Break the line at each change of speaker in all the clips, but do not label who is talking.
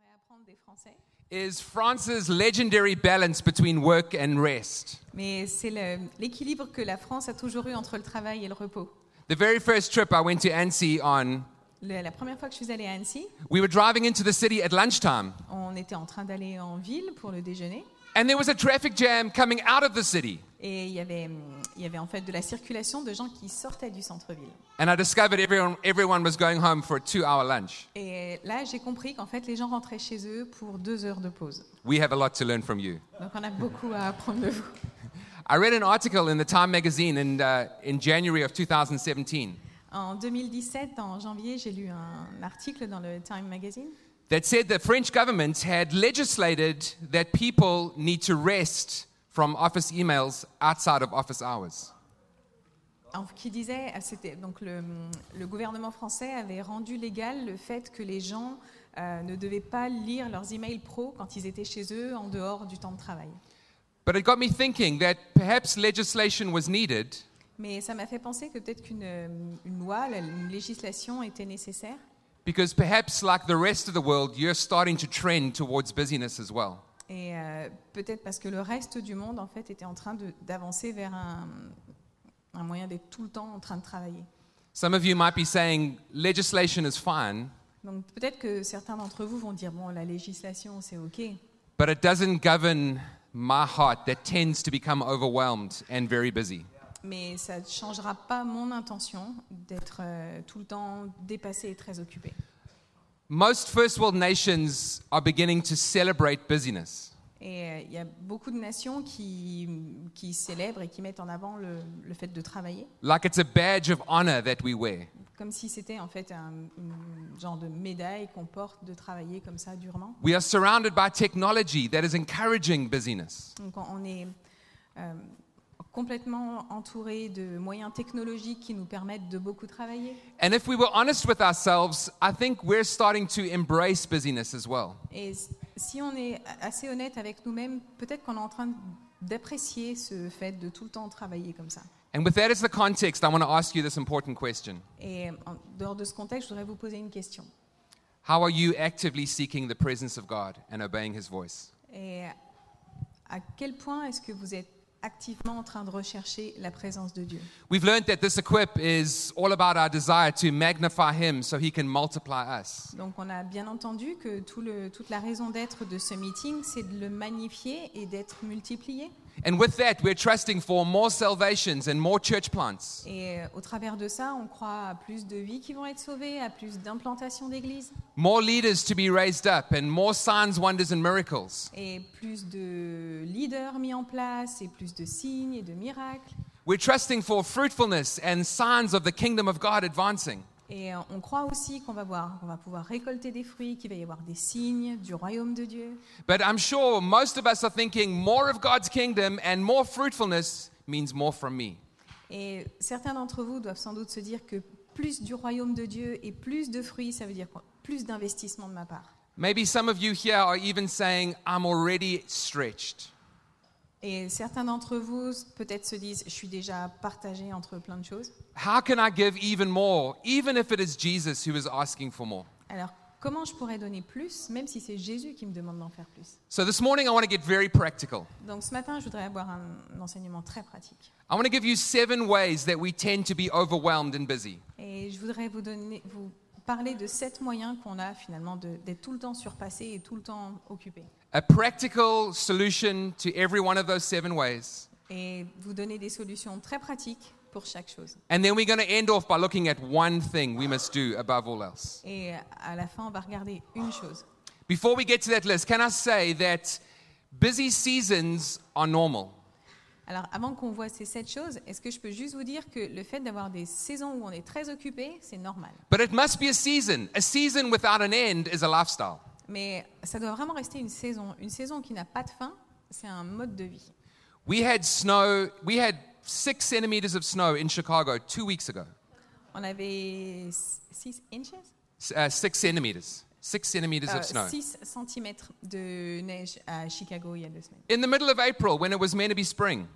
l'entente des Français,
is France's legendary balance between work and rest.
mais c'est le- l'équilibre que la France a toujours eu entre le travail et le repos.
The very first trip I went to Annecy on,
Le- la première fois que je suis allée à Annecy,
we were driving into the city at lunchtime,
on était en train d'aller en ville pour le déjeuner
and there was a traffic jam coming out of the city.
et il y avait, hum, il y avait en fait de la circulation de gens qui sortaient du centre-ville.
And I discovered everyone, everyone was going home for a two hour lunch.
Et là, j'ai compris qu'en fait, les gens rentraient chez eux pour deux heures de pause.
We have a lot to learn from you.
Donc, on a beaucoup à apprendre de vous.
I read an article in the Time magazine in, uh, in January of 2017
En 2017, en janvier, j'ai lu un article dans le Time Magazine
that said the French government had legislated that people need to rest from office emails outside of office hours.
en- qui disait, ah, c'était donc le, le gouvernement français avait rendu légal le fait que les gens euh, ne devaient pas lire leurs emails pro quand ils étaient chez eux en dehors du temps de travail.
But it got me thinking that perhaps legislation was needed
Mais ça m'a fait penser que peut-être qu'une euh, une loi, la- une législation était nécessaire
because perhaps, like the rest of the world, you're starting to trend towards busyness as well.
et euh, peut-être parce que le reste du monde en fait était en train de- d'avancer vers un, un moyen d'être tout le temps en train de travailler.
Some of you might be saying legislation is fine,
Donc peut-être que certains d'entre vous vont dire bon la législation c'est ok,
but it doesn't govern my heart that tends to become overwhelmed and very busy.
mais ça ne changera pas mon intention d'être euh, tout le temps dépassé et très occupé.
Most first world nations are beginning to celebrate busyness.
Et euh, il y a beaucoup de nations qui, qui célèbrent et qui mettent en avant le, le fait de travailler,
like it's a badge of honor that we wear.
comme si c'était en fait un, un genre de médaille qu'on porte de travailler comme ça durement.
We are surrounded by technology that is encouraging busyness.
Donc on- on est euh, complètement entouré de moyens technologiques qui nous permettent de beaucoup travailler.
And if we were honest with ourselves, I think we're starting to embrace busyness as well.
Et s- si on est assez honnête avec nous-mêmes, peut-être qu'on est en train d'apprécier ce fait de tout le temps travailler comme ça.
And with that as the context, I want to ask you this important question
Et en dehors de ce contexte, je voudrais vous poser une question.
How are you actively seeking the presence of God and obeying His voice?
Et à quel point est-ce que vous êtes activement en train de rechercher la présence de Dieu
We've learned that this equip is all about our desire to magnify Him so He can multiply us.
Donc on a bien entendu que tout le- toute la raison d'être de ce meeting, c'est de le magnifier et d'être multiplié.
And with that, we're trusting for more salvations and more church plants.
Et euh, au travers de ça, on croit à plus de vies qui vont être sauvées, à plus d'implantations d'églises.
more leaders to be raised up and more signs, wonders, and miracles.
et plus de leaders mis en place, et plus de signes et de miracles.
We're trusting for fruitfulness and signs of the kingdom of God advancing.
Et euh, on croit aussi qu'on va, voir, qu'on va pouvoir récolter des fruits, qu'il va y avoir des signes du royaume de Dieu.
But I'm sure most of us are thinking more of God's kingdom and more fruitfulness means more from me.
Et certains d'entre vous doivent sans doute se dire que plus du royaume de Dieu et plus de fruits, ça veut dire quoi Plus d'investissement de ma part.
Maybe some of you here are even saying, I'm already stretched.
Et certains d'entre vous peut-être se disent, je suis déjà partagé entre plein de choses.
How can I give even more, even if it is Jesus who is asking for more?
Alors comment je pourrais donner plus, même si c'est Jésus qui me demande d'en faire plus
So this morning, I want to get very practical.
Donc ce matin, je voudrais avoir un- un enseignement très pratique.
I want to give you seven ways that we tend to be overwhelmed and busy.
Et je voudrais vous, donner, vous parler de sept moyens qu'on a finalement de- d'être tout le temps surpassé et tout le temps occupé.
A practical solution to every one of those seven ways.
Et vous donner des solutions très pratiques pour chaque chose.
And then we're going to end off by looking at one thing we must do above all else.
Et à la fin, on va regarder une chose.
Before we get to that list, can I say that busy seasons are normal?
Alors avant qu'on voit ces sept choses, est-ce que je peux juste vous dire que le fait d'avoir des saisons où on est très occupé, c'est normal.
But it must be a season. A season without an end is a lifestyle.
Mais ça doit vraiment rester une saison. Une saison qui n'a pas de fin, c'est un mode de vie.
We had snow, we had six centimeters of snow in Chicago two weeks ago.
On avait 6 inches Euh,
S- uh, six centimeters. Six centimeters
Uh,
of snow.
6 cm de neige à Chicago il y a deux semaines.
In the middle of April when it was meant to be spring.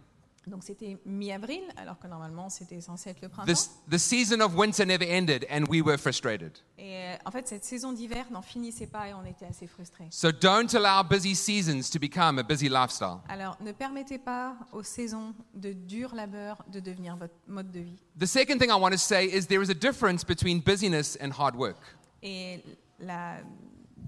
Donc c'était mi-avril, alors que normalement c'était censé être le printemps.
This, the season of winter never ended, and we were frustrated.
Et euh, en fait, cette saison d'hiver n'en finissait pas et on était assez frustrés.
So don't allow busy seasons to become a busy lifestyle.
Alors ne permettez pas aux saisons de dur labeur de devenir votre mode de vie.
The second thing I want to say is there is a difference between busyness and hard work.
Et la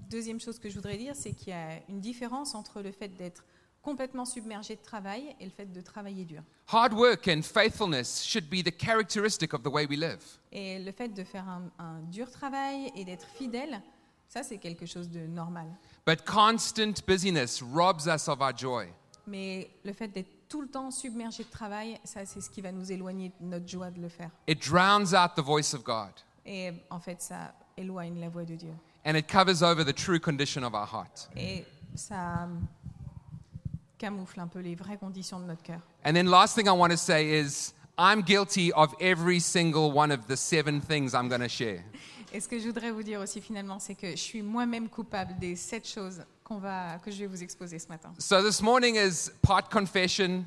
deuxième chose que je voudrais dire, c'est qu'il y a une différence entre le fait d'être complètement submergé de travail et le fait de travailler dur.
Hard work and faithfulness should be the characteristic of the way we live.
Et le fait de faire un, un dur travail et d'être fidèle, ça c'est quelque chose de normal.
But constant busyness robs us of our joy.
Mais le fait d'être tout le temps submergé de travail, ça c'est ce qui va nous éloigner de notre joie de le faire.
It drowns out the voice of God,
Et en fait, ça éloigne la voix de Dieu.
and it covers over the true condition of our heart.
Et ça euh, camoufle un peu les vraies conditions de notre cœur.
And then, last thing I want to say is I'm guilty of every single one of the seven things I'm going to share.
Et ce que je voudrais vous dire aussi finalement, c'est que je suis moi-même coupable des sept choses qu'on va, que je vais vous exposer ce matin.
So, this morning is part confession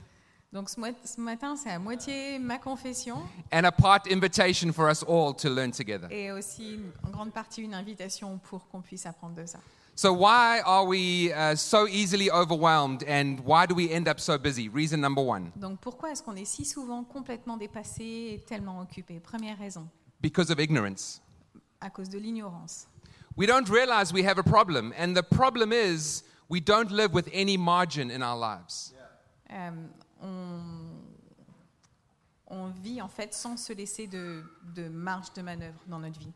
Donc ce, moi- ce matin, c'est à moitié ma confession
and a part invitation for us all to learn together.
et aussi en grande partie une invitation pour qu'on puisse apprendre de ça.
So, why are we uh, so easily overwhelmed and why do we end up so busy? Reason number one
Donc pourquoi est-ce qu'on est si souvent complètement dépassé et tellement occupé Première raison,
because of ignorance.
à cause de l'ignorance.
We don't realize we have a problem, and the problem is we don't live with any margin in our lives.
Euh, on, on vit en fait sans se laisser de, de marge de manœuvre dans notre vie.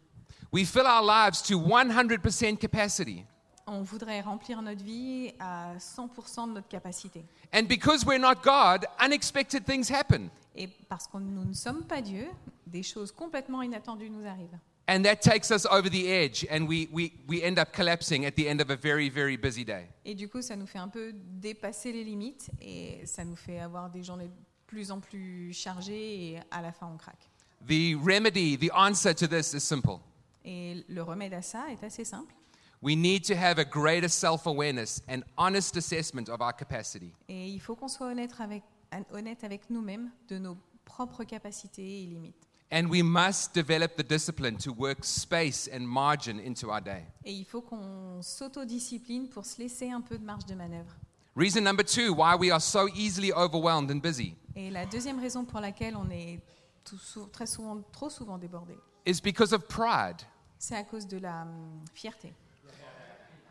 We fill our lives to 100% capacity.
On voudrait remplir notre vie à 100% de notre capacité.
And because we're not God, unexpected things happen.
Et parce que nous ne sommes pas Dieu, des choses complètement inattendues nous arrivent.
And that takes us over the edge, and we, we, we end up collapsing at the end of a very, very busy day.
Et du coup, ça nous fait un peu dépasser les limites et ça nous fait avoir des journées de plus en plus chargées et à la fin, on craque.
The remedy, the answer to this is simple.
Et le remède à ça est assez simple.
We need to have a greater self awareness and honest assessment of our capacity.
Et il faut qu'on soit honnête avec, honnête avec nous-mêmes de nos propres capacités et limites.
And we must develop the discipline to work space and margin into our day.
Et il faut qu'on s'autodiscipline pour se laisser un peu de marge de manœuvre.
Reason number two why we are so easily overwhelmed and busy
Et la deuxième raison pour laquelle on est tout sou- très souvent, trop souvent débordé,
is because of pride.
c'est à cause de la hum, fierté.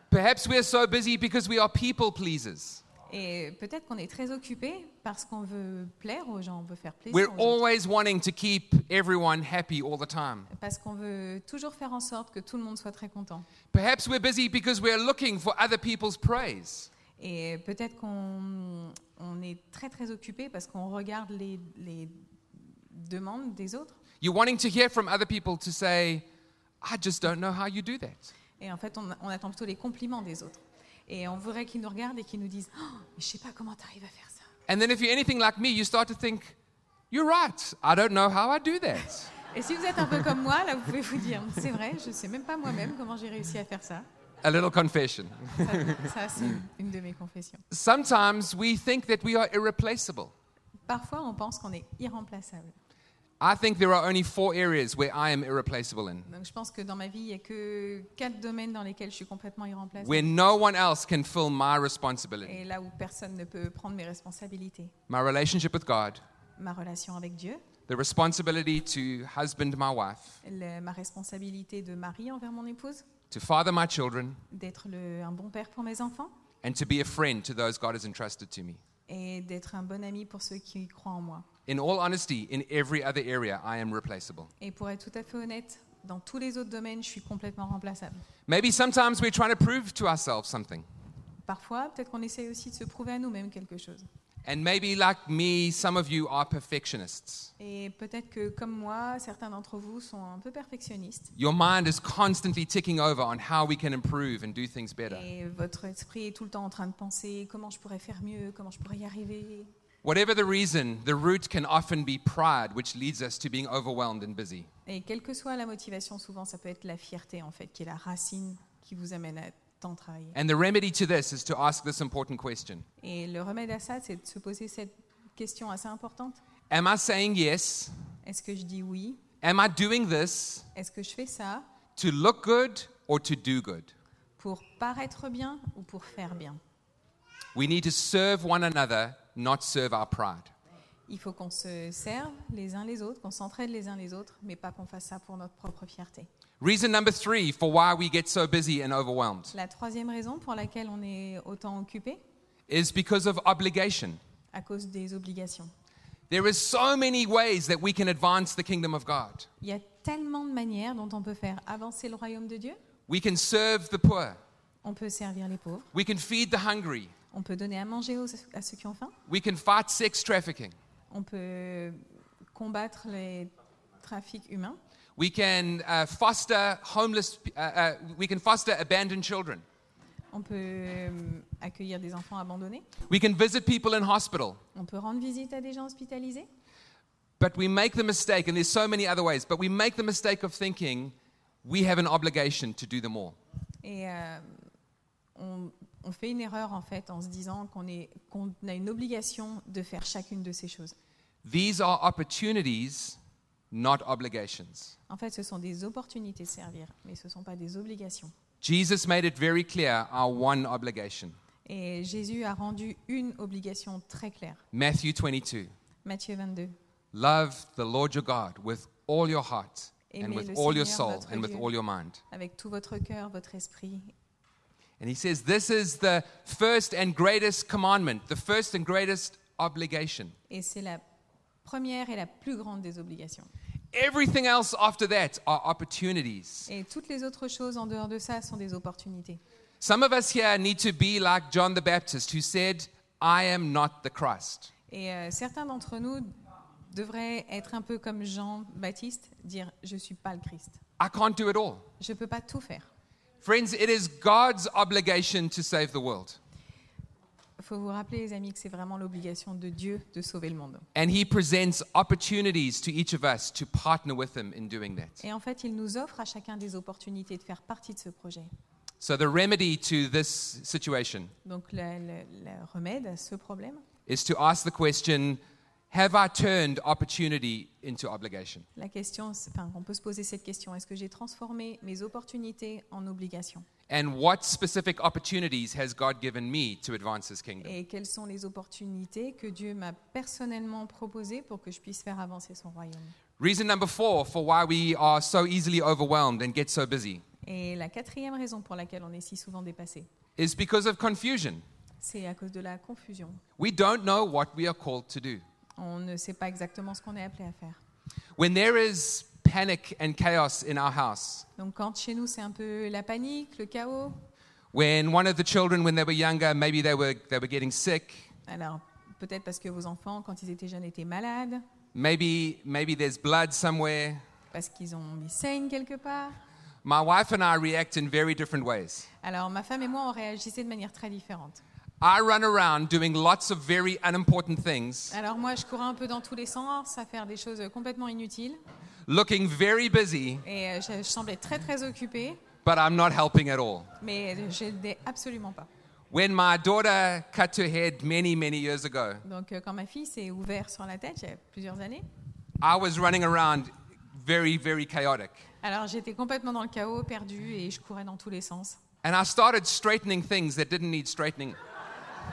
Perhaps we are so busy because we are people pleasers.
Et peut-être qu'on est très occupé parce qu'on veut plaire aux gens, on veut faire plaisir
We're
aux gens.
always wanting to keep everyone happy all the time.
Parce qu'on veut toujours faire en sorte que tout le monde soit très content.
Perhaps we're busy because we're looking for other people's praise.
Et peut-être qu'on on est très très occupé parce qu'on regarde les, les demandes des autres.
You're wanting to hear from other people to say, I just don't know how you do that.
Et en fait, on, on attend plutôt les compliments des autres. Et on voudrait qu'ils nous regardent et qu'ils nous disent oh, mais Je sais pas comment tu arrives à faire ça.
And then if you're anything like me, you start to think, you're right, I don't know how I do that.
Et si vous êtes un peu comme moi, là, vous pouvez vous dire C'est vrai, je sais même pas moi-même comment j'ai réussi à faire ça.
A little confession.
Ça, ça, c'est une de mes confessions.
Sometimes we think that we are irreplaceable.
Parfois, on pense qu'on est irremplaçable.
I think there are only four areas where I am irreplaceable in,
Donc je pense que dans ma vie, il n'y a que quatre domaines dans lesquels je suis complètement irremplaçable.
where no one else can fill my responsibility
Et là où personne ne peut prendre mes responsabilités.
my relationship with God,
Ma relation avec Dieu,
the responsibility to husband my wife,
le- ma responsabilité de mari envers mon épouse,
to father my children,
d'être le- un bon père pour mes enfants
and to be a friend to those God has entrusted to me.
et d'être un bon ami pour ceux qui croient en moi.
In all honesty, in every other area, I am replaceable.
Et pour être tout à fait honnête, dans tous les autres domaines, je suis complètement remplaçable.
Maybe sometimes we're trying to prove to ourselves something.
Parfois, peut-être qu'on essaye aussi de se prouver à nous-mêmes quelque chose.
And maybe, like me, some of you are perfectionists.
Et peut-être que, comme moi, certains d'entre vous sont un peu perfectionnistes.
Your mind is constantly ticking over on how we can improve and do things better.
Et votre esprit est tout le temps en train de penser comment je pourrais faire mieux, comment je pourrais y arriver.
Whatever the reason, the root can often be pride, which leads us to being overwhelmed and busy.
Et quelle que soit la motivation, souvent ça peut être la fierté en fait, qui est la racine qui vous amène à tant travailler.
And the remedy to this is to ask this important question
Et le remède à ça, c'est de se poser cette question assez importante.
Am I saying yes?
Est-ce que je dis oui
Am I doing this
Est-ce que je fais ça
to look good or to do good?
pour paraître bien ou pour faire bien
We need to serve one another, not serve our pride.
Il faut qu'on se serve les uns les autres, qu'on s'entraide les uns les autres, mais pas qu'on fasse ça pour notre propre fierté.
Reason number three for why we get so busy and overwhelmed
La troisième raison pour laquelle on est autant occupé,
is because of obligation.
à cause des obligations.
There is so many ways that we can advance the kingdom of God.
Il y a tellement de manières dont on peut faire avancer le royaume de Dieu.
We can serve the poor.
On peut servir les pauvres,
We can feed the hungry.
on peut donner à manger aux- à ceux qui ont faim,
We can fight sex trafficking.
on peut combattre les trafics humains,
We can uh, foster homeless. Uh, uh, we can foster abandoned children.
on peut euh, accueillir des enfants abandonnés,
We can visit people in hospital.
on peut rendre visite à des gens hospitalisés.
But we make the mistake, and there's so many other ways. But we make the mistake of thinking we have an obligation to do them all.
Et euh, on, on fait une erreur en fait en se disant qu'on est- qu'on a une obligation de faire chacune de ces choses.
These are opportunities, not obligations.
En fait, ce sont des opportunités de servir, mais ce ne sont pas des obligations.
Jesus made it very clear our one obligation.
Et Jésus a rendu une obligation très claire.
Matthew 22.
Matthieu 22.
Love the Lord your God with all your heart and
Aimez
with
le
all
Seigneur
your soul
votre
and with
Dieu.
all your mind.
Avec tout votre cœur, votre esprit.
And he says, This is the first and greatest commandment, the first and greatest obligation.
Et c'est la première et la plus grande des obligations.
Everything else after that are opportunities.
Et toutes les autres choses en dehors de ça sont des opportunités.
Some of us here need to be like John the Baptist, who said, I am not the Christ.
Et euh, certains d'entre nous devraient être un peu comme Jean-Baptiste, dire Je ne suis pas le Christ.
I can't do it all.
Je ne peux pas tout faire.
Friends, it is God's obligation to save the world.
Il faut vous rappeler, les amis, que c'est vraiment l'obligation de Dieu de sauver le monde.
And he presents opportunities to each of us to partner with him in doing that.
Et en fait, il nous offre à chacun des opportunités de faire partie de ce projet.
So, the remedy to this situation
Donc, la- la- le remède à ce problème,
is to ask the question Have I turned opportunity into obligation?
la question, c'est- enfin, on peut se poser cette question est-ce que j'ai transformé mes opportunités en obligations
And what specific opportunities has God given me to advance his kingdom?
Et quelles sont les opportunités que Dieu m'a personnellement proposées pour que je puisse faire avancer son royaume
Reason number four for why we are so easily overwhelmed and get so busy
Et la quatrième raison pour laquelle on est si souvent dépassé,
is because of confusion.
c'est à cause de la confusion.
We don't know what we are called to do.
On ne sait pas exactement ce qu'on est appelé à faire.
When there is panic and chaos in our house,
Donc quand chez nous c'est un peu la panique, le chaos,
when one of the children when they were younger maybe they were they were getting sick
alors peut-être parce que vos enfants quand ils étaient jeunes étaient malades,
maybe maybe there's blood somewhere
parce qu'ils ont ils saignent quelque part.
my wife and i react in very different ways
Alors ma femme et moi on réagissait de manière très différente.
i run around doing lots of very unimportant things
Alors moi je courais un peu dans tous les sens à faire des choses complètement inutiles
looking very busy
et euh, je, je semblais très très occupée,
but i'm not helping at all
mais je n'aidais absolument pas.
when my daughter cut her head many many years ago
Donc euh, quand ma fille s'est ouverte sur la tête il y a plusieurs années,
i was running around very very chaotic
alors j'étais complètement dans le chaos, perdue et je courais dans tous les sens.
and i started straightening things that didn't need straightening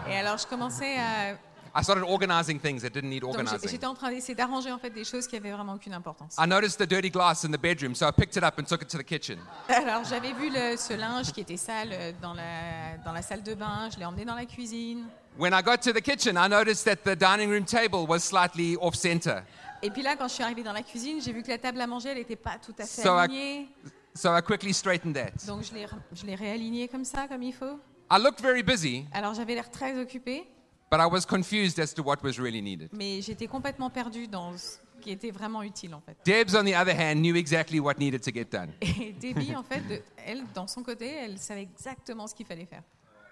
Et alors je commençais à
i started organizing things that didn't need
Donc, j'ai-
organizing
j'étais en train d'essayer d'arranger en fait des choses qui avaient vraiment aucune importance.
I noticed the dirty glass in the bedroom, so I picked it up and took it to the kitchen.
Alors j'avais vu le- ce linge qui était sale euh, dans la, dans la salle de bain, je l'ai emmené dans la cuisine.
When I got to the kitchen, I noticed that the dining room table was slightly off center.
Et puis là, quand je suis arrivée dans la cuisine, j'ai vu que la table à manger, elle n'était pas tout à fait
So I-
alignée.
So I quickly straightened that.
Donc je l'ai re- je l'ai réalignée comme ça, comme il faut.
I looked very busy,
Alors j'avais l'air très occupée,
but I was confused as to what was really needed.
mais j'étais complètement perdue dans ce qui était vraiment utile en fait.
Debs, on the other hand, knew exactly what needed to get done.
Et Debbie, en fait, de- elle, dans son côté, elle savait exactement ce qu'il fallait faire.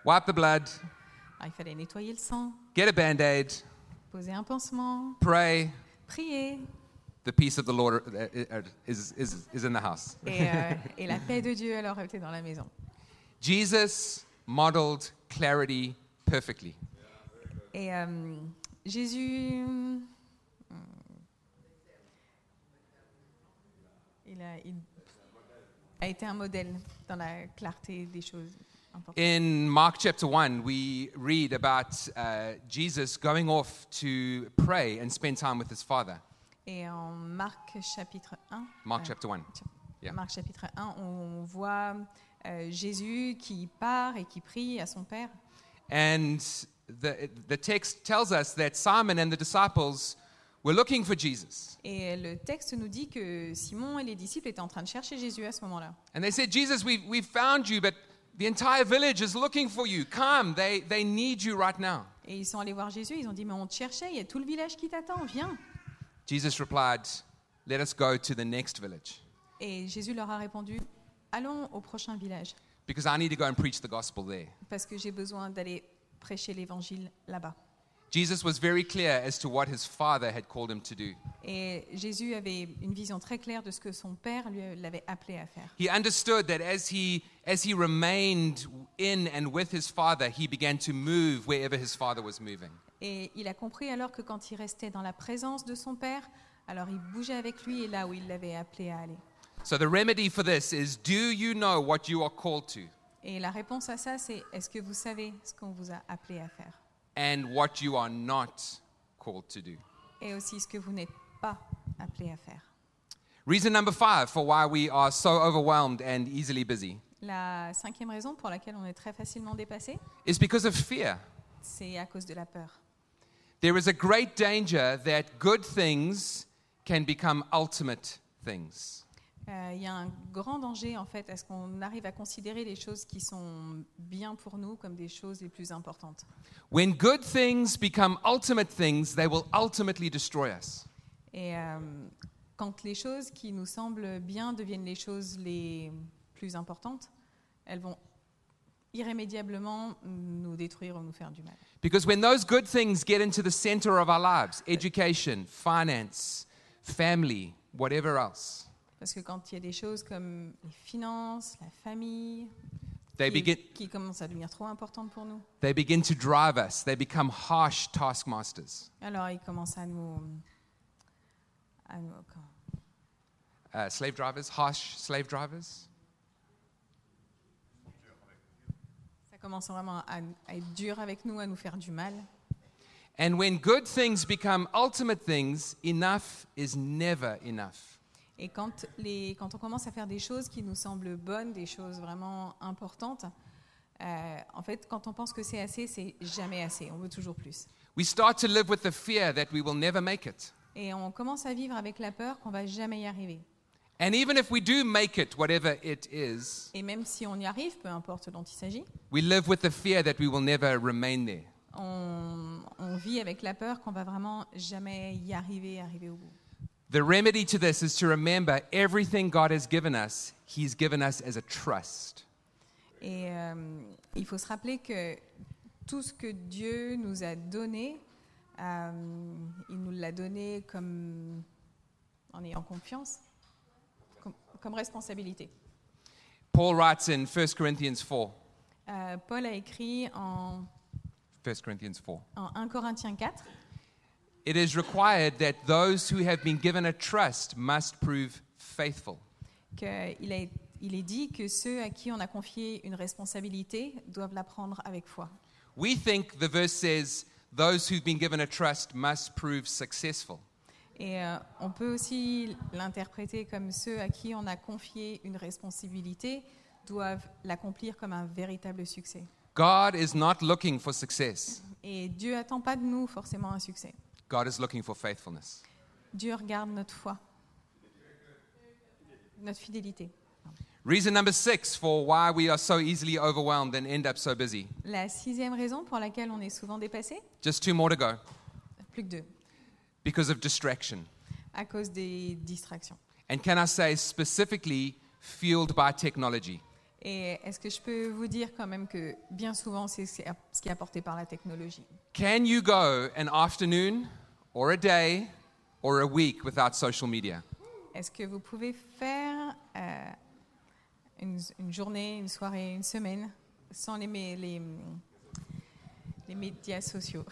Wipe the blood,
Alors, il fallait nettoyer le sang,
get a band aid,
poser un pansement,
pray.
prier,
The peace of the Lord uh, uh, is, is, is in the house.
Et, euh, et la paix de Dieu alors était dans la maison.
Jesus modeled clarity perfectly.
Et euh, Jésus. hum, Il a, il a été un modèle dans la clarté des choses importantes.
In Mark chapter 1, we read about uh, Jesus going off to pray and spend time with his Father.
Et en Marc chapitre 1,
Mark
euh,
chapter 1. Yeah.
Marc chapitre 1, on voit euh, Jésus qui part et qui prie à son Père.
And the, the text tells us that Simon and the disciples were looking for Jesus.
Et le texte nous dit que Simon et les disciples étaient en train de chercher Jésus à ce moment-là.
And they said, Jesus, we've, we've found you, but the entire village is looking for you. Come, they, they need you right now.
Et ils sont allés voir Jésus, ils ont dit, mais on te cherchait, il y a tout le village qui t'attend, viens.
Jesus replied, Let us go to the next village
Et Jésus leur a répondu, allons au prochain village,
because I need to go and preach the gospel there.
parce que j'ai besoin d'aller prêcher l'évangile là-bas.
Jesus was very clear as to what his Father had called him to do.
Et Jésus avait une vision très claire de ce que son Père lui l'avait appelé à faire.
He understood that as he, as he remained in and with his Father, he began to move wherever his Father was moving.
Et il a compris alors que quand il restait dans la présence de son Père, alors il bougeait avec lui et là où il l'avait appelé à aller.
So the remedy for this is do you know what you are called to
Et la réponse à ça, c'est est-ce que vous savez ce qu'on vous a appelé à faire
and what you are not called to do?
Et aussi ce que vous n'êtes pas appelé à faire.
Reason number five for why we are so overwhelmed and easily busy
La cinquième raison pour laquelle on est très facilement dépassé,
is because of fear.
c'est à cause de la peur.
There is a great danger that good things can become ultimate things.
Euh, Il y a un grand danger en fait à ce qu'on arrive à considérer les choses qui sont bien pour nous comme des choses les plus importantes.
When good things become ultimate things, they will ultimately destroy us.
Et euh, quand les choses qui nous semblent bien deviennent les choses les plus importantes, elles vont irrémédiablement nous détruire ou nous faire du mal.
Because when those good things get into the center of our lives education, finance, family, whatever else
Parce que quand il y a des choses comme les finances, la famille,
they,
qui,
begin,
qui commencent à devenir trop importantes pour nous,
they begin to drive us, they become harsh taskmasters.
alors ils commencent à nous... à nous- comment-
uh, slave drivers, harsh slave drivers.
ça commence vraiment à, à être dur avec nous, à nous faire du mal.
And when good things become ultimate things, enough is never enough.
Et quand, les- quand on commence à faire des choses qui nous semblent bonnes, des choses vraiment importantes, euh, en fait, quand on pense que c'est assez, c'est jamais assez. On veut toujours plus.
We start to live with the fear that we will never make it.
Et on commence à vivre avec la peur qu'on va jamais y arriver.
And even if we do make it, whatever it is,
Et même si on y arrive, peu importe dont il s'agit,
we live with the fear that we will never remain there.
on, on vit avec la peur qu'on va vraiment jamais y arriver, arriver au bout.
The remedy to this is to remember everything God has given us, He's given us as a trust.
Et euh, il faut se rappeler que tout ce que Dieu nous a donné, euh, il nous l'a donné comme en ayant confiance, comme, comme responsabilité.
Paul writes in 1 Corinthians 4,
Euh, Paul a écrit en,
1 Corinthians 4.
en 1 Corinthiens 4,
It is required that those who have been given a trust must prove faithful.
qu'il est- il est dit que ceux à qui on a confié une responsabilité doivent la prendre avec foi.
We think the verse says, those who've been given a trust must prove successful.
Et euh, on peut aussi l'interpréter comme ceux à qui on a confié une responsabilité doivent l'accomplir comme un véritable succès.
God is not looking for success,
Et Dieu attend pas de nous forcément un succès.
God is looking for faithfulness.
Dieu regarde notre foi, notre fidélité.
Reason number six for why we are so easily overwhelmed and end up so busy.
La sixième raison pour laquelle on est souvent dépassé,
Just two more to go
plus que deux,
because of distraction.
à cause des distractions.
And can I say specifically, fueled by technology?
Et est-ce que je peux vous dire quand même que bien souvent c'est c'est app- ce qui est apporté par la technologie.
Can you go an afternoon or a day or a week without social media?
Est-ce que vous pouvez faire euh, une, une journée, une soirée, une semaine sans les, mé- les, les médias sociaux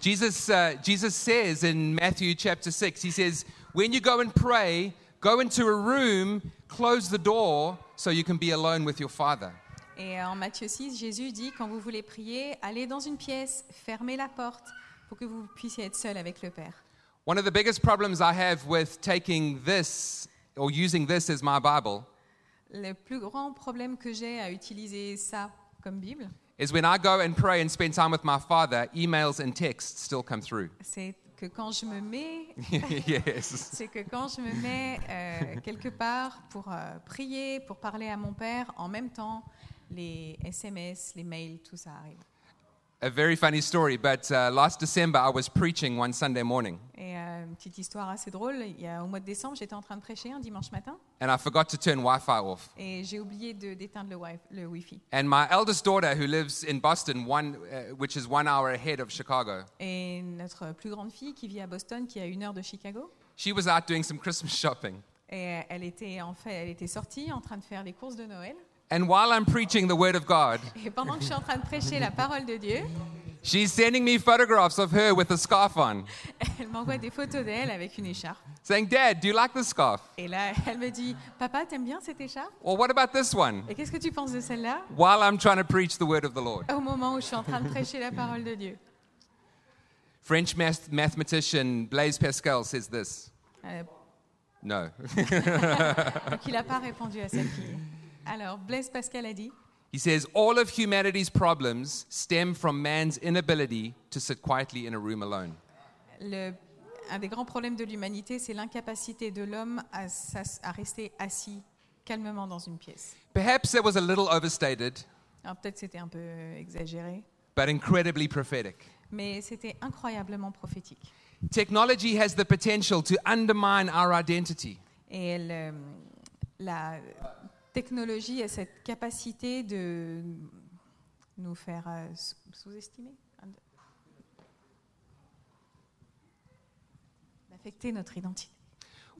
Jesus, uh, Jesus says in Matthew chapter 6, he says, When you go and pray, go into a room, close the door, so you can be alone with your Father.
Et euh, en Matthieu 6, Jésus dit, quand vous voulez prier, allez dans une pièce, fermez la porte pour que vous puissiez être seul avec le Père.
One of the biggest problems I have with taking this or using this as my Bible
Le plus grand problème que j'ai à utiliser ça comme Bible,
is when I go and pray and spend time with my Father, emails and texts still come through.
c'est que quand je me mets,
yes.
c'est que quand je me mets euh, quelque part pour euh, prier, pour parler à mon Père, en même temps, les SMS, les mails, tout ça arrive.
A very funny story, but uh, last December I was preaching one Sunday morning
Et euh, une petite histoire assez drôle, il y a, au mois de décembre, j'étais en train de prêcher un dimanche matin
and I forgot to turn Wi Fi off.
et j'ai oublié de- d'éteindre le, wi- le Wi-Fi.
And my eldest daughter, who lives in Boston, one, uh, which is one hour ahead of Chicago,
Et notre plus grande fille qui vit à Boston, qui est à une heure de Chicago,
she was out doing some Christmas shopping.
et euh, elle était en fait, elle était sortie en train de faire les courses de Noël.
And while I'm preaching the Word of God,
Et pendant que je suis en train de prêcher la parole de Dieu,
she's sending me photographs of her with a scarf on,
elle m'envoie des photos d'elle avec une écharpe.
saying, Dad, do you like this scarf?
Et là, elle me dit Papa, t'aimes bien cette écharpe
Or what about this one?
Et qu'est-ce que tu penses de celle-là
While I'm trying to preach the Word of the Lord.
Au moment où je suis en train de prêcher la parole de Dieu.
French math- mathematician Blaise Pascal says this.
Euh,
No.
donc, il n'a pas répondu à cette fille. Alors, Blaise Pascal a dit
He says, All of humanity's problems stem from man's inability to sit quietly in a room alone.
Le- un des grands problèmes de l'humanité, c'est l'incapacité de l'homme à, s'as- à rester assis calmement dans une pièce.
Perhaps that was a little overstated,
Alors peut-être c'était un peu exagéré,
but incredibly prophetic.
mais c'était incroyablement prophétique.
Technology has the potential to undermine our identity.
Et le- la technologie a cette capacité de nous faire euh, sous- sous-estimer, hein, de- d'affecter notre identité.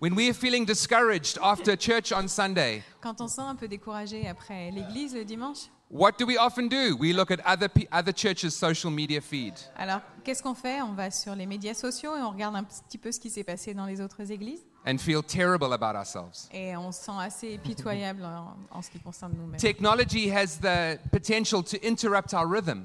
When we are feeling discouraged after church on Sunday,
Quand on se sent un peu découragé après l'église le dimanche,
what do we often do? We look at other, pe- other churches' social media feed.
Alors, qu'est-ce qu'on fait On va sur les médias sociaux et on regarde un petit peu ce qui s'est passé dans les autres églises.
and feel terrible about ourselves.
Et on se sent assez pitoyable en, en ce qui concerne nous-mêmes.
Technology has the potential to interrupt our rhythm.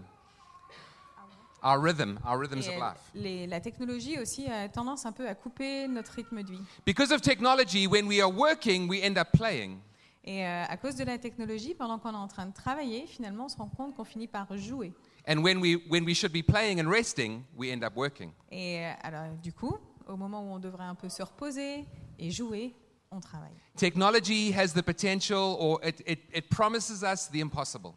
Our rhythm, our rhythms
Et
of life.
les- la technologie aussi a tendance un peu à couper notre rythme de vie.
Because of technology, when we are working, we end up playing.
Et euh, à cause de la technologie, pendant qu'on est en train de travailler, finalement, on se rend compte qu'on finit par jouer.
And when we, when we should be playing and resting, we end up working.
Et euh, alors, du coup, au moment où on devrait un peu se reposer et jouer, on travaille.
Technology has the potential, or it, it, it promises us the impossible.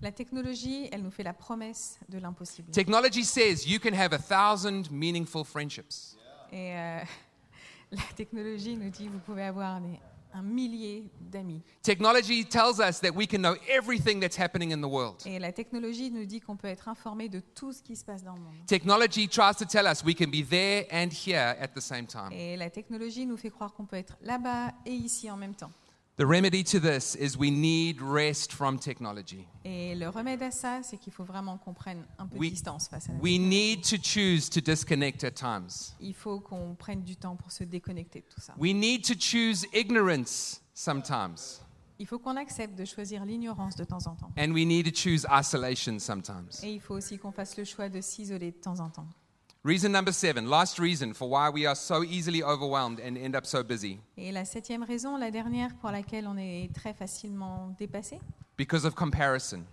La technologie, elle nous fait la promesse de l'impossible.
Technology says you can have a thousand meaningful friendships.
Et euh, la technologie nous dit vous pouvez avoir des- un millier d'amis.
Technology tells us that we can know everything that's happening in the world.
Et la technologie nous dit qu'on peut être informé de tout ce qui se passe dans le monde.
Technology tries to tell us we can be there and here at the same time.
Et la technologie nous fait croire qu'on peut être là-bas et ici en même temps.
The remedy to this is we need rest from technology.
Et le remède à ça, c'est qu'il faut vraiment qu'on prenne un peu
Oui.
de distance face à la
We need to choose to disconnect at times.
Il faut qu'on prenne du temps pour se déconnecter de tout ça.
We need to choose ignorance sometimes,
Il faut qu'on accepte de choisir l'ignorance de temps en temps.
and we need to choose isolation sometimes.
Et il faut aussi qu'on fasse le choix de s'isoler de temps en temps.
Reason number seven, last reason for why we are so easily overwhelmed and end up so busy
Et la septième raison, la dernière pour laquelle on est très facilement dépassé,
because of comparison.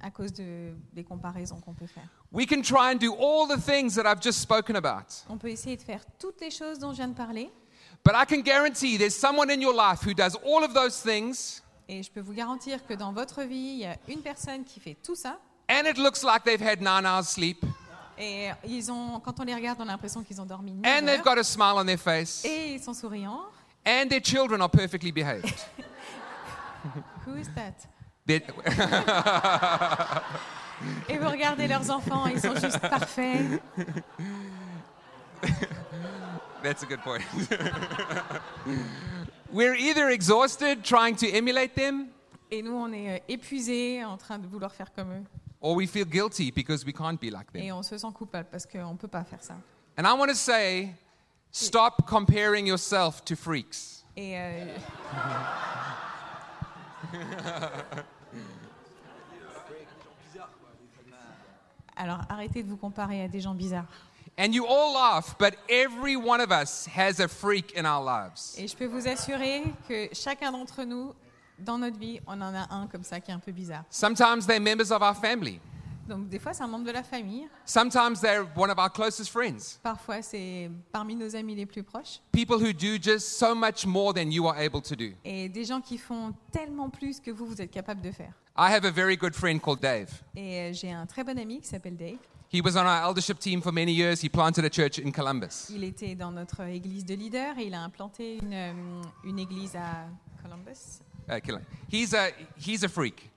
à cause de- des comparaisons qu'on peut faire.
We can try and do all the things that I've just spoken about,
On peut essayer de faire toutes les choses dont je viens de parler,
but I can guarantee there's someone in your life who does all of those things
et je peux vous garantir que dans votre vie, il y a une personne qui fait tout ça,
and it looks like they've had nine hours sleep,
et ils ont, quand on les regarde, on a l'impression qu'ils ont dormi neuf
and they've
heures,
got a smile on their face,
et ils sont souriants.
and their children are perfectly behaved.
Who is that
Their-
Et vous regardez leurs enfants, ils sont juste parfaits.
That's a good point. We're either exhausted trying to emulate them,
Et nous, on est euh, épuisés en train de vouloir faire comme eux.
or we feel guilty because we can't be like them.
Et on se sent coupable parce qu'on ne peut pas faire ça.
And I want to say stop comparing yourself to freaks.
Et euh, alors arrêtez de vous comparer à des gens bizarres.
And you all laugh, but every one of us has a freak in our lives.
Et je peux vous assurer que chacun d'entre nous, dans notre vie, on en a un comme ça qui est un peu bizarre.
Sometimes they're members of our family.
Donc des fois c'est un membre de la famille,
Sometimes they're one of our closest friends.
parfois c'est parmi nos amis les plus proches,
People who do just so much more than you are able to do.
et des gens qui font tellement plus que vous, vous êtes capable de faire.
I have a very good friend called Dave.
Et euh, j'ai un très bon ami qui s'appelle Dave.
He was on our eldership team for many years. He planted a church in Columbus.
Il était dans notre église de leader et il a implanté une, euh, une église à Columbus.
Uh, Col- he's, a, he's a freak.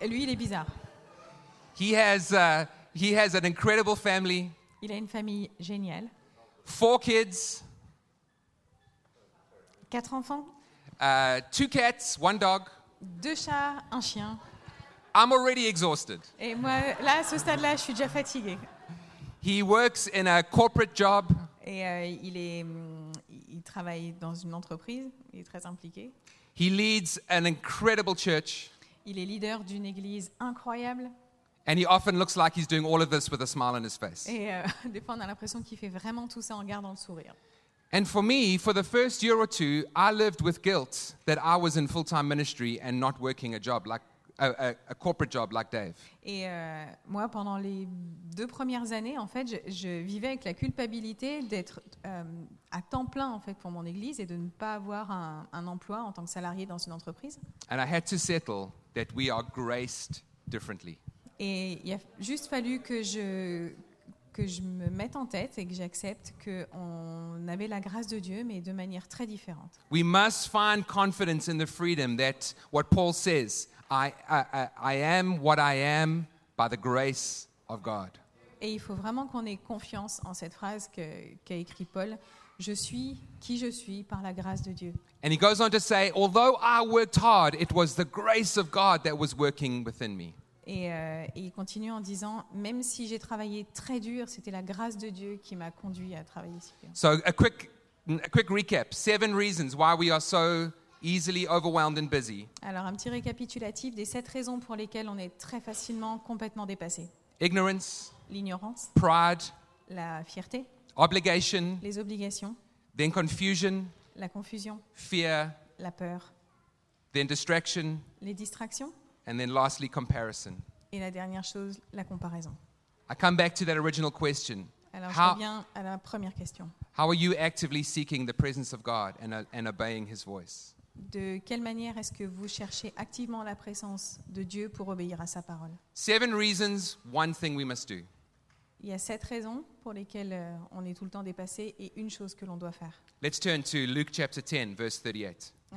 Et lui, il est bizarre.
He has, uh, he has an incredible family,
Il a une famille géniale,
four kids,
quatre enfants,
uh, two cats, one dog.
deux chats, un chien.
I'm already exhausted.
Et moi, là, à ce stade-là, je suis déjà fatiguée.
He works in a corporate job.
Et euh, il, est, hum, il travaille dans une entreprise, il est très impliqué.
He leads an incredible church,
Il est leader d'une église incroyable.
and he often looks like he's doing all of this with a smile on his face.
Et euh, des fois, on a l'impression qu'il fait vraiment tout ça en gardant le sourire.
And for me, for the first year or two, I lived with guilt that I was in full time ministry and not working a job like a, a, a corporate job like Dave.
Et euh, moi, pendant les deux premières années, en fait, je, je vivais avec la culpabilité d'être euh, à temps plein, en fait, pour mon église et de ne pas avoir un, un emploi en tant que salarié dans une entreprise.
And I had to settle that we are graced differently.
Et il a juste fallu que je, que je me mette en tête et que j'accepte qu'on avait la grâce de Dieu, mais de manière très différente.
We must find confidence in the freedom that what Paul says I, I, I, I am what I am by the grace of God.
Et il faut vraiment qu'on ait confiance en cette phrase que- qu'a écrit Paul. Je suis qui je suis par la grâce de Dieu.
And he goes on to say, although I worked hard, it was the grace of God that was working within me.
Et, euh, et il continue en disant, même si j'ai travaillé très dur, c'était la grâce de Dieu qui m'a conduit à travailler si dur.
So, a quick, a quick recap seven reasons why we are so easily overwhelmed and busy.
Alors un petit récapitulatif des sept raisons pour lesquelles on est très facilement complètement dépassé.
Ignorance,
L'ignorance,
pride,
la fierté,
obligation,
les obligations,
then confusion,
la confusion,
fear,
la peur,
then distraction,
les distractions
and then lastly, comparison.
et la dernière chose, la comparaison.
I come back to that original question.
Alors je
How-
reviens à la première question.
How are you actively seeking the presence of God and, uh, and obeying his voice?
De quelle manière est-ce que vous cherchez activement la présence de Dieu pour obéir à sa parole
Seven reasons, one thing we must do.
Il y a sept raisons pour lesquelles euh, on est tout le temps dépassé et une chose que l'on doit faire.
Let's turn to Luke chapter 10, verse 38.
Euh,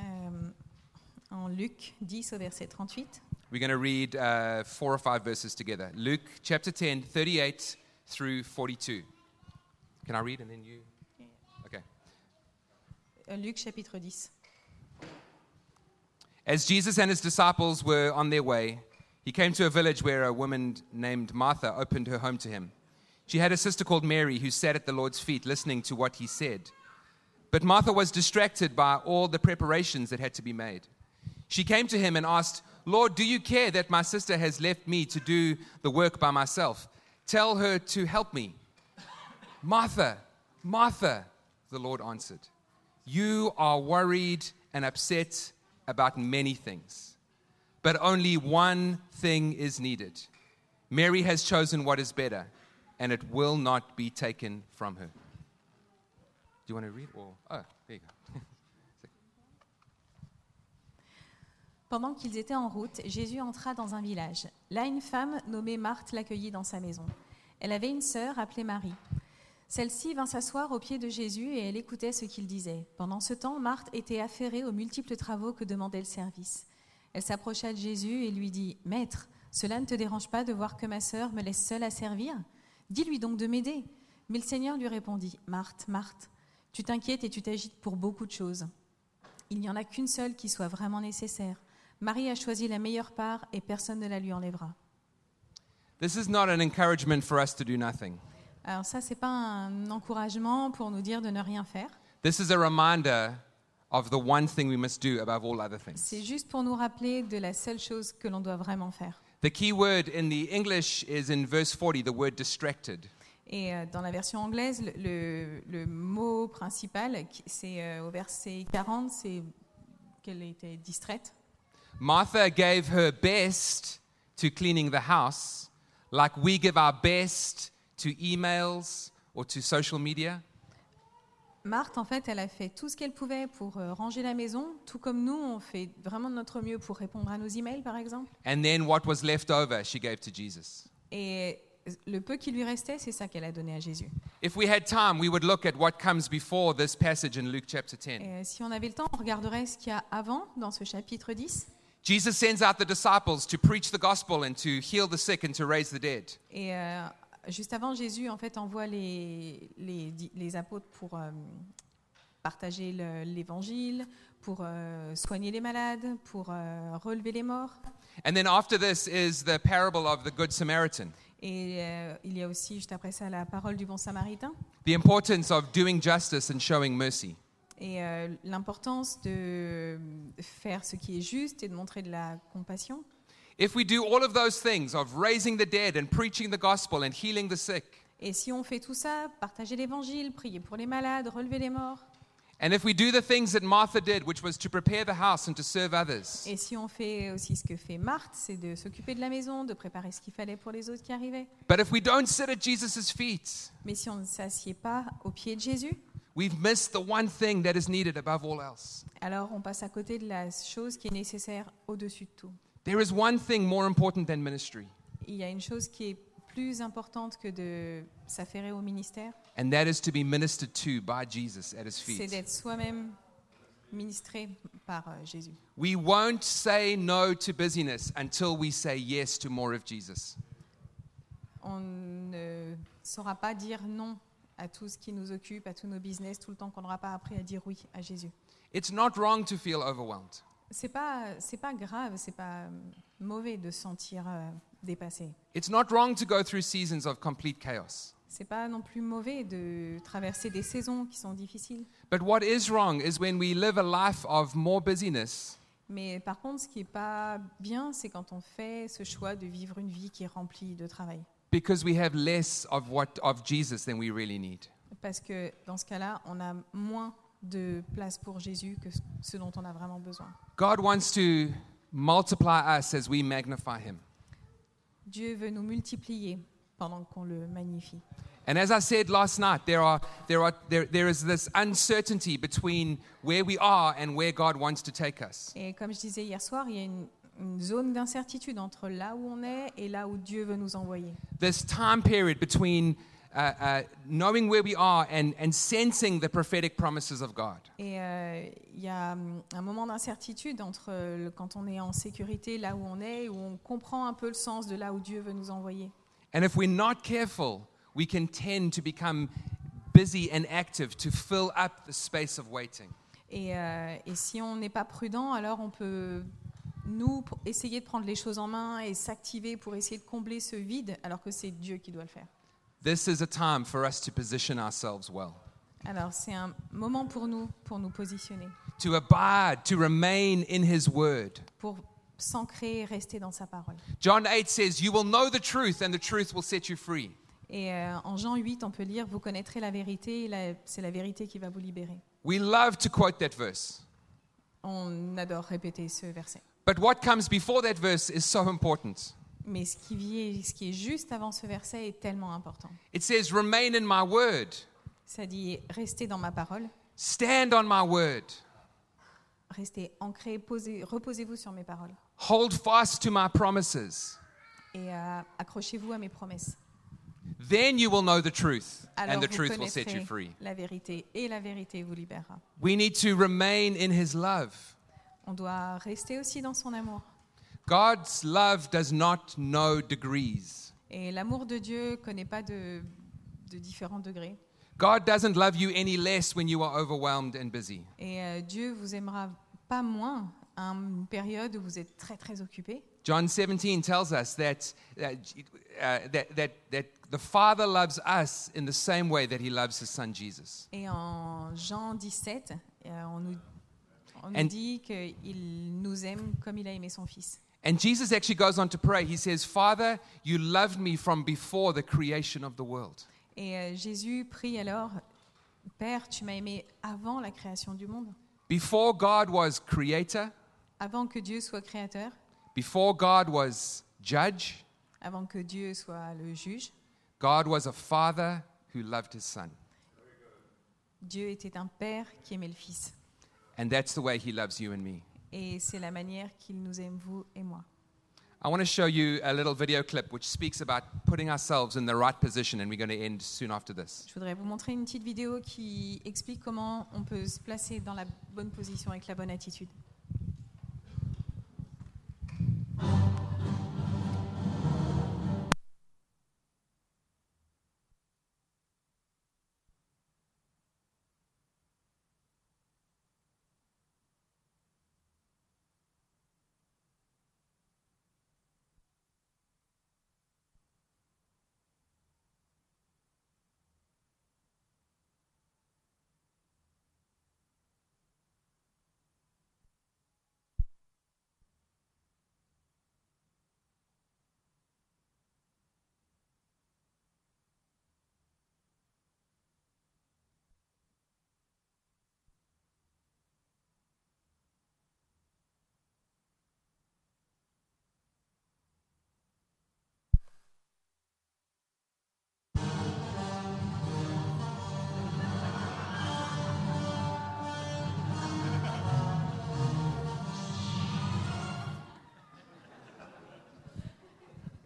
en Luc 10 au verset 38,
We're going to read uh, four or five verses together. Luke chapter 10, 38 through 42. Can I read and then you? Okay.
euh, Luc chapitre 10.
As Jesus and his disciples were on their way, he came to a village where a woman named Martha opened her home to him. She had a sister called Mary who sat at the Lord's feet listening to what he said. But Martha was distracted by all the preparations that had to be made. She came to him and asked, Lord, do you care that my sister has left me to do the work by myself? Tell her to help me. Martha, Martha, the Lord answered, you are worried and upset about many things, but only one thing is needed. Mary has chosen what is better, and it will not be taken from her. Do you want to read? Or, oh, there you go.
Pendant qu'ils étaient en route, Jésus entra dans un village. Là, une femme nommée Marthe l'accueillit dans sa maison. Elle avait une sœur appelée Marie. Celle-ci vint s'asseoir aux pieds de Jésus et elle écoutait ce qu'il disait. Pendant ce temps, Marthe était affairée aux multiples travaux que demandait le service. Elle s'approcha de Jésus et lui dit Maître, cela ne te dérange pas de voir que ma sœur me laisse seule à servir Dis-lui donc de m'aider. Mais le Seigneur lui répondit Marthe, Marthe, tu t'inquiètes et tu t'agites pour beaucoup de choses. Il n'y en a qu'une seule qui soit vraiment nécessaire. Marie a choisi la meilleure part et personne ne la lui enlèvera.
This is not an encouragement for us to do nothing.
Alors ça, c'est pas un encouragement pour nous dire de ne rien faire.
This is a reminder of the one thing we must do above all other things.
C'est juste pour nous rappeler de la seule chose que l'on doit vraiment faire.
The key word in the English is in verse 40, the word distracted.
Et euh, dans la version anglaise, le, le- le mot principal, qui- c'est euh, au verset 40, c'est qu'elle était distraite.
Martha gave her best to cleaning the house, like we give our best to emails or to social media.
Marthe, en fait, elle a fait tout ce qu'elle pouvait pour euh, ranger la maison, tout comme nous, on fait vraiment de notre mieux pour répondre à nos emails, par exemple.
And then what was left over, she gave to Jesus.
Et le peu qui lui restait, c'est ça qu'elle a donné à Jésus.
If we had time, we would look at what comes before this passage in Luke chapter 10.
Et euh, si on avait le temps, on regarderait ce qu'il y a avant dans ce chapitre 10.
Jesus sends out the disciples to preach the gospel and to heal the sick and to raise the dead.
Et euh, juste avant, Jésus en fait envoie les, les, di- les apôtres pour euh, partager le- l'évangile, pour euh, soigner les malades, pour euh, relever les morts.
And then after this is the parable of the Good Samaritan,
Et euh, il y a aussi juste après ça la parole du bon samaritain
the importance of doing justice and showing mercy.
et euh, l'importance de euh, faire ce qui est juste et de montrer de la compassion.
If we do all of those things of raising the dead and preaching the gospel and healing the sick,
Et si on fait tout ça, partager l'évangile, prier pour les malades, relever les morts,
and if we do the things that Martha did, which was to prepare the house and to serve others,
Et si on fait aussi ce que fait Marthe, c'est de s'occuper de la maison, de préparer ce qu'il fallait pour les autres qui arrivaient.
but if we don't sit at Jesus' feet,
Mais si on ne s'assied pas aux pieds de Jésus,
we've missed the one thing that is needed above all else.
alors on passe à côté de la chose qui est nécessaire au-dessus de tout.
There is one thing more important than ministry,
Il y a une chose qui est plus importante que de s'affairer au ministère,
and that is to be ministered to by Jesus at his
c'est
feet.
d'être soi-même ministré par euh, Jésus.
We won't say no to busyness until we say yes to more of Jesus.
On ne saura pas dire non à tout ce qui nous occupe, à tous nos business, tout le temps qu'on n'aura pas appris à dire oui à Jésus.
It's not wrong to feel overwhelmed.
C'est pas c'est pas grave, c'est pas euh, mauvais de se sentir euh, dépassé.
It's not wrong to go through seasons of complete chaos.
C'est pas non plus mauvais de traverser des saisons qui sont difficiles.
But what is wrong is when we live a life of more busyness
Mais par contre, ce qui est pas bien, c'est quand on fait ce choix de vivre une vie qui est remplie de travail.
because we have less of what of Jesus than we really need.
Parce que dans ce cas-là, on a moins de place pour Jésus que ce- ce dont on a vraiment besoin.
God wants to multiply us as we magnify him.
Dieu veut nous multiplier pendant qu'on le magnifie.
And as I said last night, there are there are there, there is this uncertainty between where we are and where God wants to take us.
Et comme je disais hier soir, il y a une- une zone d'incertitude entre là où on est et là où Dieu veut nous envoyer.
This time period between uh, uh, knowing where we are and, and sensing the prophetic promises of God.
Et euh, il y a hum, un moment d'incertitude entre euh, le- quand on est en sécurité, là où on est, où on comprend un peu le sens de là où Dieu veut nous envoyer.
And if we're not careful, we can tend to become busy and active to fill up the space of waiting.
Et, euh, et si on n'est pas prudent, alors on peut, nous, pr- essayer de prendre les choses en main et s'activer pour essayer de combler ce vide, alors que c'est Dieu qui doit le faire.
This is a time for us to position ourselves well,
Alors c'est un moment pour nous, pour nous positionner,
to abide, to remain in His Word.
pour s'ancrer et rester dans sa parole.
John 8 says, You will know the truth, and the truth will set you free.
Et euh, en Jean 8, on peut lire, vous connaîtrez la vérité, et la- c'est la vérité qui va vous libérer.
We love to quote that verse.
On adore répéter ce verset.
But what comes before that verse is so important.
Mais ce qui, vit- ce qui est juste avant ce verset est tellement important.
It says, Remain in my word,
Ça dit restez dans ma parole,
stand on my word,
restez ancrés, posez- reposez-vous sur mes paroles
hold fast to my promises.
et euh, accrochez-vous à mes promesses.
Then you will know the truth,
Alors
and the
vous
truth will set you
connaîtrez
free.
la vérité et la vérité vous libérera.
We need to remain in His love.
On doit rester aussi dans son amour.
God's love does not know degrees.
Et l'amour de Dieu connaît pas de, de différents degrés.
God doesn't love you any less when you are overwhelmed and busy.
Et euh, Dieu vous aimera pas moins à une période où vous êtes très très occupé.
John 17 tells us that, that, uh, that, that, that the Father loves us in the same way that he loves his son Jesus.
Et en Jean 17, euh, on nous, on nous
And-
dit qu'il nous aime comme il a aimé son Fils.
And Jesus actually goes on to pray. He says, Father, you loved me from before the creation of the world.
Et euh, Jésus prie alors, Père, tu m'as aimé avant la création du monde,
Before God was creator,
avant que Dieu soit créateur,
before God was judge,
avant que Dieu soit le juge.
God was a father who loved his son.
Dieu était un Père qui aimait le Fils.
And that's the way he loves you and me.
Et c'est la manière qu'il nous aime, vous et moi.
I want to show you a little video clip which speaks about putting ourselves in the right position, and we're going to end soon after this.
Je voudrais vous montrer une petite vidéo qui explique comment on peut se placer dans la bonne position avec la bonne attitude.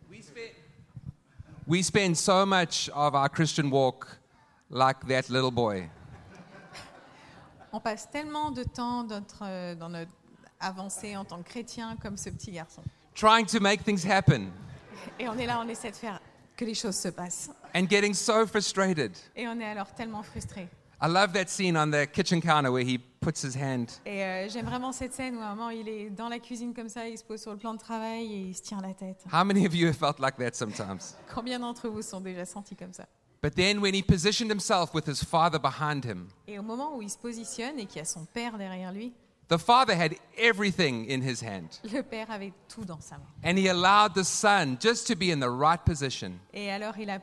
We spend, we spend so much of our Christian walk like that little boy.
On passe tellement de temps dans notre, euh, dans notre avancée en tant que chrétien comme ce petit garçon.
trying to make things happen
Et on est là, on essaie de faire que les choses se passent.
and getting so frustrated.
Et on est alors tellement frustré.
I love that scene on the kitchen counter where he puts his hand.
Et euh, j'aime vraiment cette scène où à un moment il est dans la cuisine comme ça, il se pose sur le plan de travail et il se tient la tête.
How many of you have felt like that sometimes?
Combien d'entre vous sont déjà sentis comme ça
But then when he positioned himself with his father behind him,
Et au moment où il se positionne et qu'il y a son père derrière lui,
the father had everything in his hand.
le père avait tout dans sa main.
And he allowed the son just to be in the right position.
Et alors il a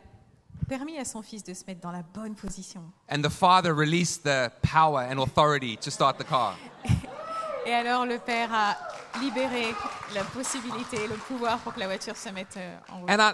permis à son fils de se mettre dans la bonne position.
And the father released the power and authority to start the car.
Et alors le père a libéré la possibilité, le pouvoir pour que la voiture se mette euh, en route.
And I,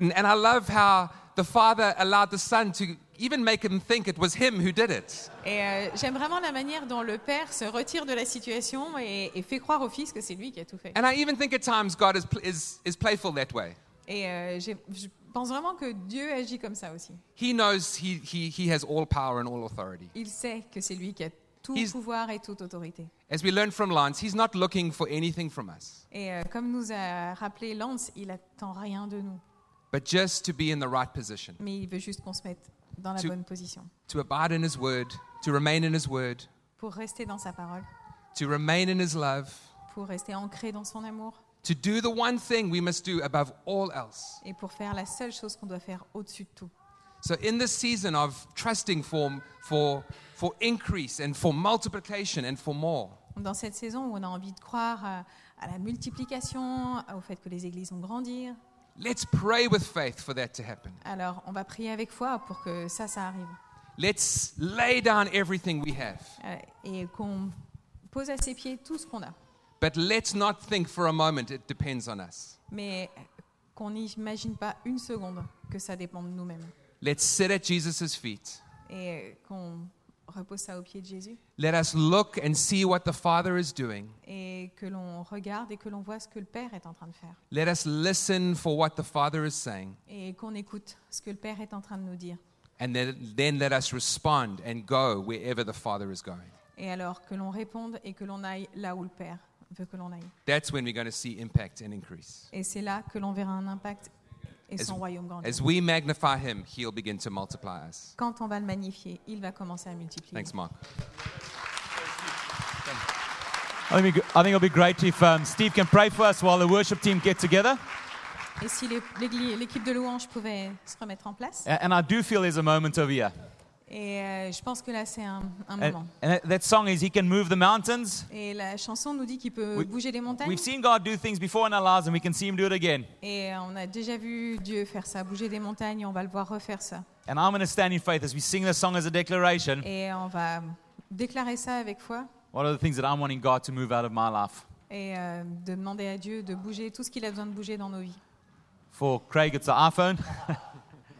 and I love how the father allowed the son to even make him think it was him who did it.
Et euh, j'aime vraiment la manière dont le père se retire de la situation et, et fait croire au fils que c'est lui qui a tout fait.
And I even think at times God is, pl- is, is playful that way.
Et euh, j'ai- je pense vraiment que Dieu agit comme ça aussi.
He knows he, he, he has all power and all authority.
Il sait que c'est lui qui a tout
He's-
pouvoir et toute autorité.
As we learned from Lance, he's not looking for anything from us,
Et euh, comme nous a rappelé Lance, il attend rien de nous,
but just to be in the right position,
mais il veut juste qu'on se mette dans la
Tu-
bonne position
to abide in his word, to remain in his word,
pour rester dans sa parole,
to remain in his love,
pour rester ancré dans son amour
to do the one thing we must do above all else.
et pour faire la seule chose qu'on doit faire au-dessus de tout.
So, in this season of trusting for, for, for increase and for multiplication and for more,
Dans cette saison où on a envie de croire à, à la multiplication, au fait que les églises vont grandir,
let's pray with faith for that to happen.
alors on va prier avec foi pour que ça, ça arrive.
Let's lay down everything we have.
Euh, et qu'on pose à ses pieds tout ce qu'on a,
But let's not think for a moment it depends on us.
mais qu'on n'imagine pas une seconde que ça dépend de nous-mêmes
Let's sit at Jesus' feet.
et qu'on repose ça aux pieds de Jésus
Let us look and see what the Father is doing.
et que l'on regarde et que l'on voit ce que le Père est en train de faire
Let us listen for what the Father is saying.
et qu'on écoute ce que le Père est en train de nous dire
And then, then let us respond and go wherever the Father is going.
et alors que l'on réponde et que l'on aille là où le Père veut que l'on aille.
That's when we're going to see impact and increase.
Et c'est là que l'on verra un impact et
As-
son royaume grandir.
As we magnify Him, He'll begin to multiply us.
Quand on va le magnifier, il va commencer à multiplier.
Thanks, Mark.
I think, I think it'll be great if um, Steve can pray for us while the worship team get together.
Et si les- l'égli- l'équipe de louange pouvait se remettre en place.
A- And I do feel there's a moment over here.
Et euh, je pense que là, c'est un, un
And,
moment.
and that- that song is He Can Move the Mountains.
Et la chanson nous dit qu'il peut
We-
bouger les montagnes.
We've seen God do things before in our lives, and we can see Him do it again.
Et on a déjà vu Dieu faire ça, bouger des montagnes. On va le voir refaire ça.
And I'm going to stand in faith as we sing this song as a declaration.
Et on va déclarer ça avec foi
What are the things that I'm wanting God to move out of my life?
et euh, de demander à Dieu de bouger tout ce qu'il a besoin de bouger dans nos vies.
For Craig, it's an iPhone.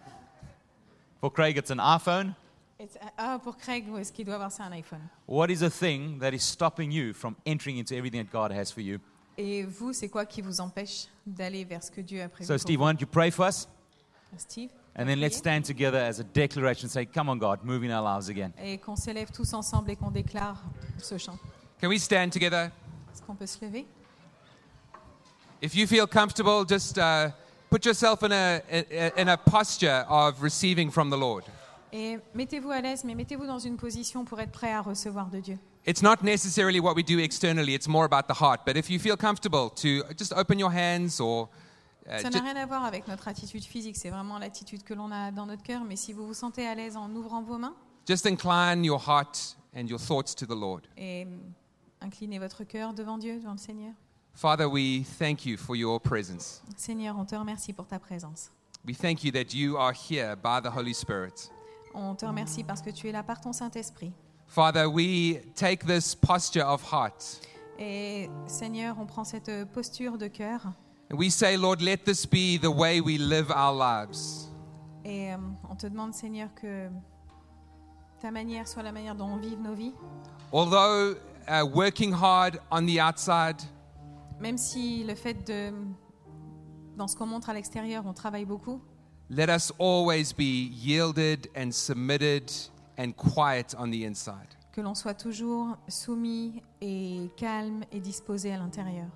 For Craig, it's an iPhone.
Et t- Ah, pour Craig, où est-ce qu'il doit avoir ça, un iPhone
What is a thing that is stopping you from entering into everything that God has for you?
Et vous, c'est quoi qui vous empêche d'aller vers ce que Dieu a prévu
So,
pour
Steve,
vous
why don't you pray for us?
Steve
And then let's stand together as a declaration say, Come on, God, move in our lives again.
Et qu'on s'élève tous ensemble et qu'on déclare ce chant.
Can we stand together?
Est-ce qu'on peut se lever
If you feel comfortable, just uh, put yourself in a, in a posture of receiving from the Lord.
Et mettez-vous à l'aise, mais mettez-vous dans une position pour être prêt à recevoir de Dieu.
It's not necessarily what we do externally, it's more about the heart. But if you feel comfortable to just open your hands or uh,
Euh,
Ça
ju-
n'a rien à voir avec notre attitude physique, c'est vraiment l'attitude que l'on a dans notre cœur. Mais si vous vous sentez à l'aise en ouvrant vos mains
just incline your heart and your thoughts to the Lord.
et hum, inclinez votre cœur devant Dieu, devant le Seigneur.
Father, we thank you for your presence.
Seigneur, on te remercie pour ta présence.
We thank you that you are here by the Holy Spirit.
On te remercie parce que tu es là par ton Saint-Esprit.
Father, we take this posture of heart
Et Seigneur, on prend cette posture de cœur
and we say, Lord, let this be the way we live our lives.
et hum, on te demande, Seigneur, que ta manière soit la manière dont on vive nos vies.
Although uh, working hard on the outside,
Même si le fait de, dans ce qu'on montre à l'extérieur, on travaille beaucoup,
let us always be yielded and submitted and quiet on the inside.
que l'on soit toujours soumis et calme et disposé à l'intérieur.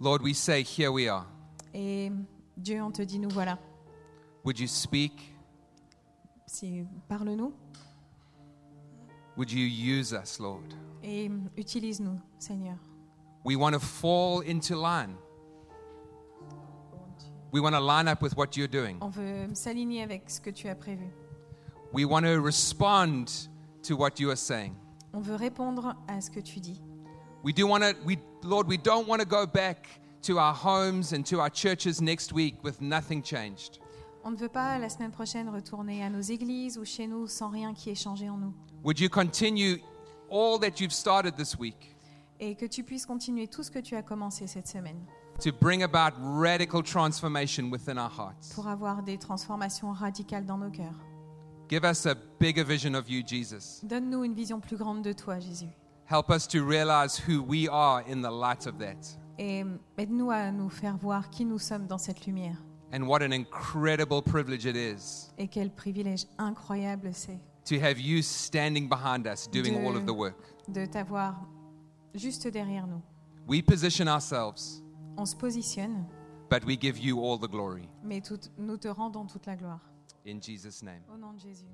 Lord, we say, Here we are.
Et Dieu, on te dit, nous voilà.
Would you speak?
Si, Parle-nous
Would you use us, Lord?
et utilise-nous, Seigneur.
We want to fall into line. We want to line up with what you're doing.
On veut s'aligner avec ce que tu as prévu.
We want to respond to what you are saying.
On veut répondre à ce que tu dis.
We do want to, we, Lord, we don't want to go back to our homes and to our churches next week with nothing changed.
On ne veut pas la semaine prochaine retourner à nos églises ou chez nous sans rien qui ait changé en nous.
Would you continue all that you've started this week
Et que tu puisses continuer tout ce que tu as commencé cette semaine
to bring about radical transformation within our hearts?
pour avoir des transformations radicales dans nos cœurs.
Give us a bigger vision of you, Jesus.
Donne-nous une vision plus grande de toi, Jésus.
Help us to realize who we are in the light of that
Et aide-nous à nous faire voir qui nous sommes dans cette lumière.
and what an incredible privilege it is
Et quel privilège incroyable c'est
to have you standing behind us doing
De-
all of the work.
de t'avoir juste derrière nous.
We position ourselves,
On se positionne,
but we give you all the glory.
mais tout- nous te rendons toute la gloire.
In Jesus' name.
Au nom de Jésus.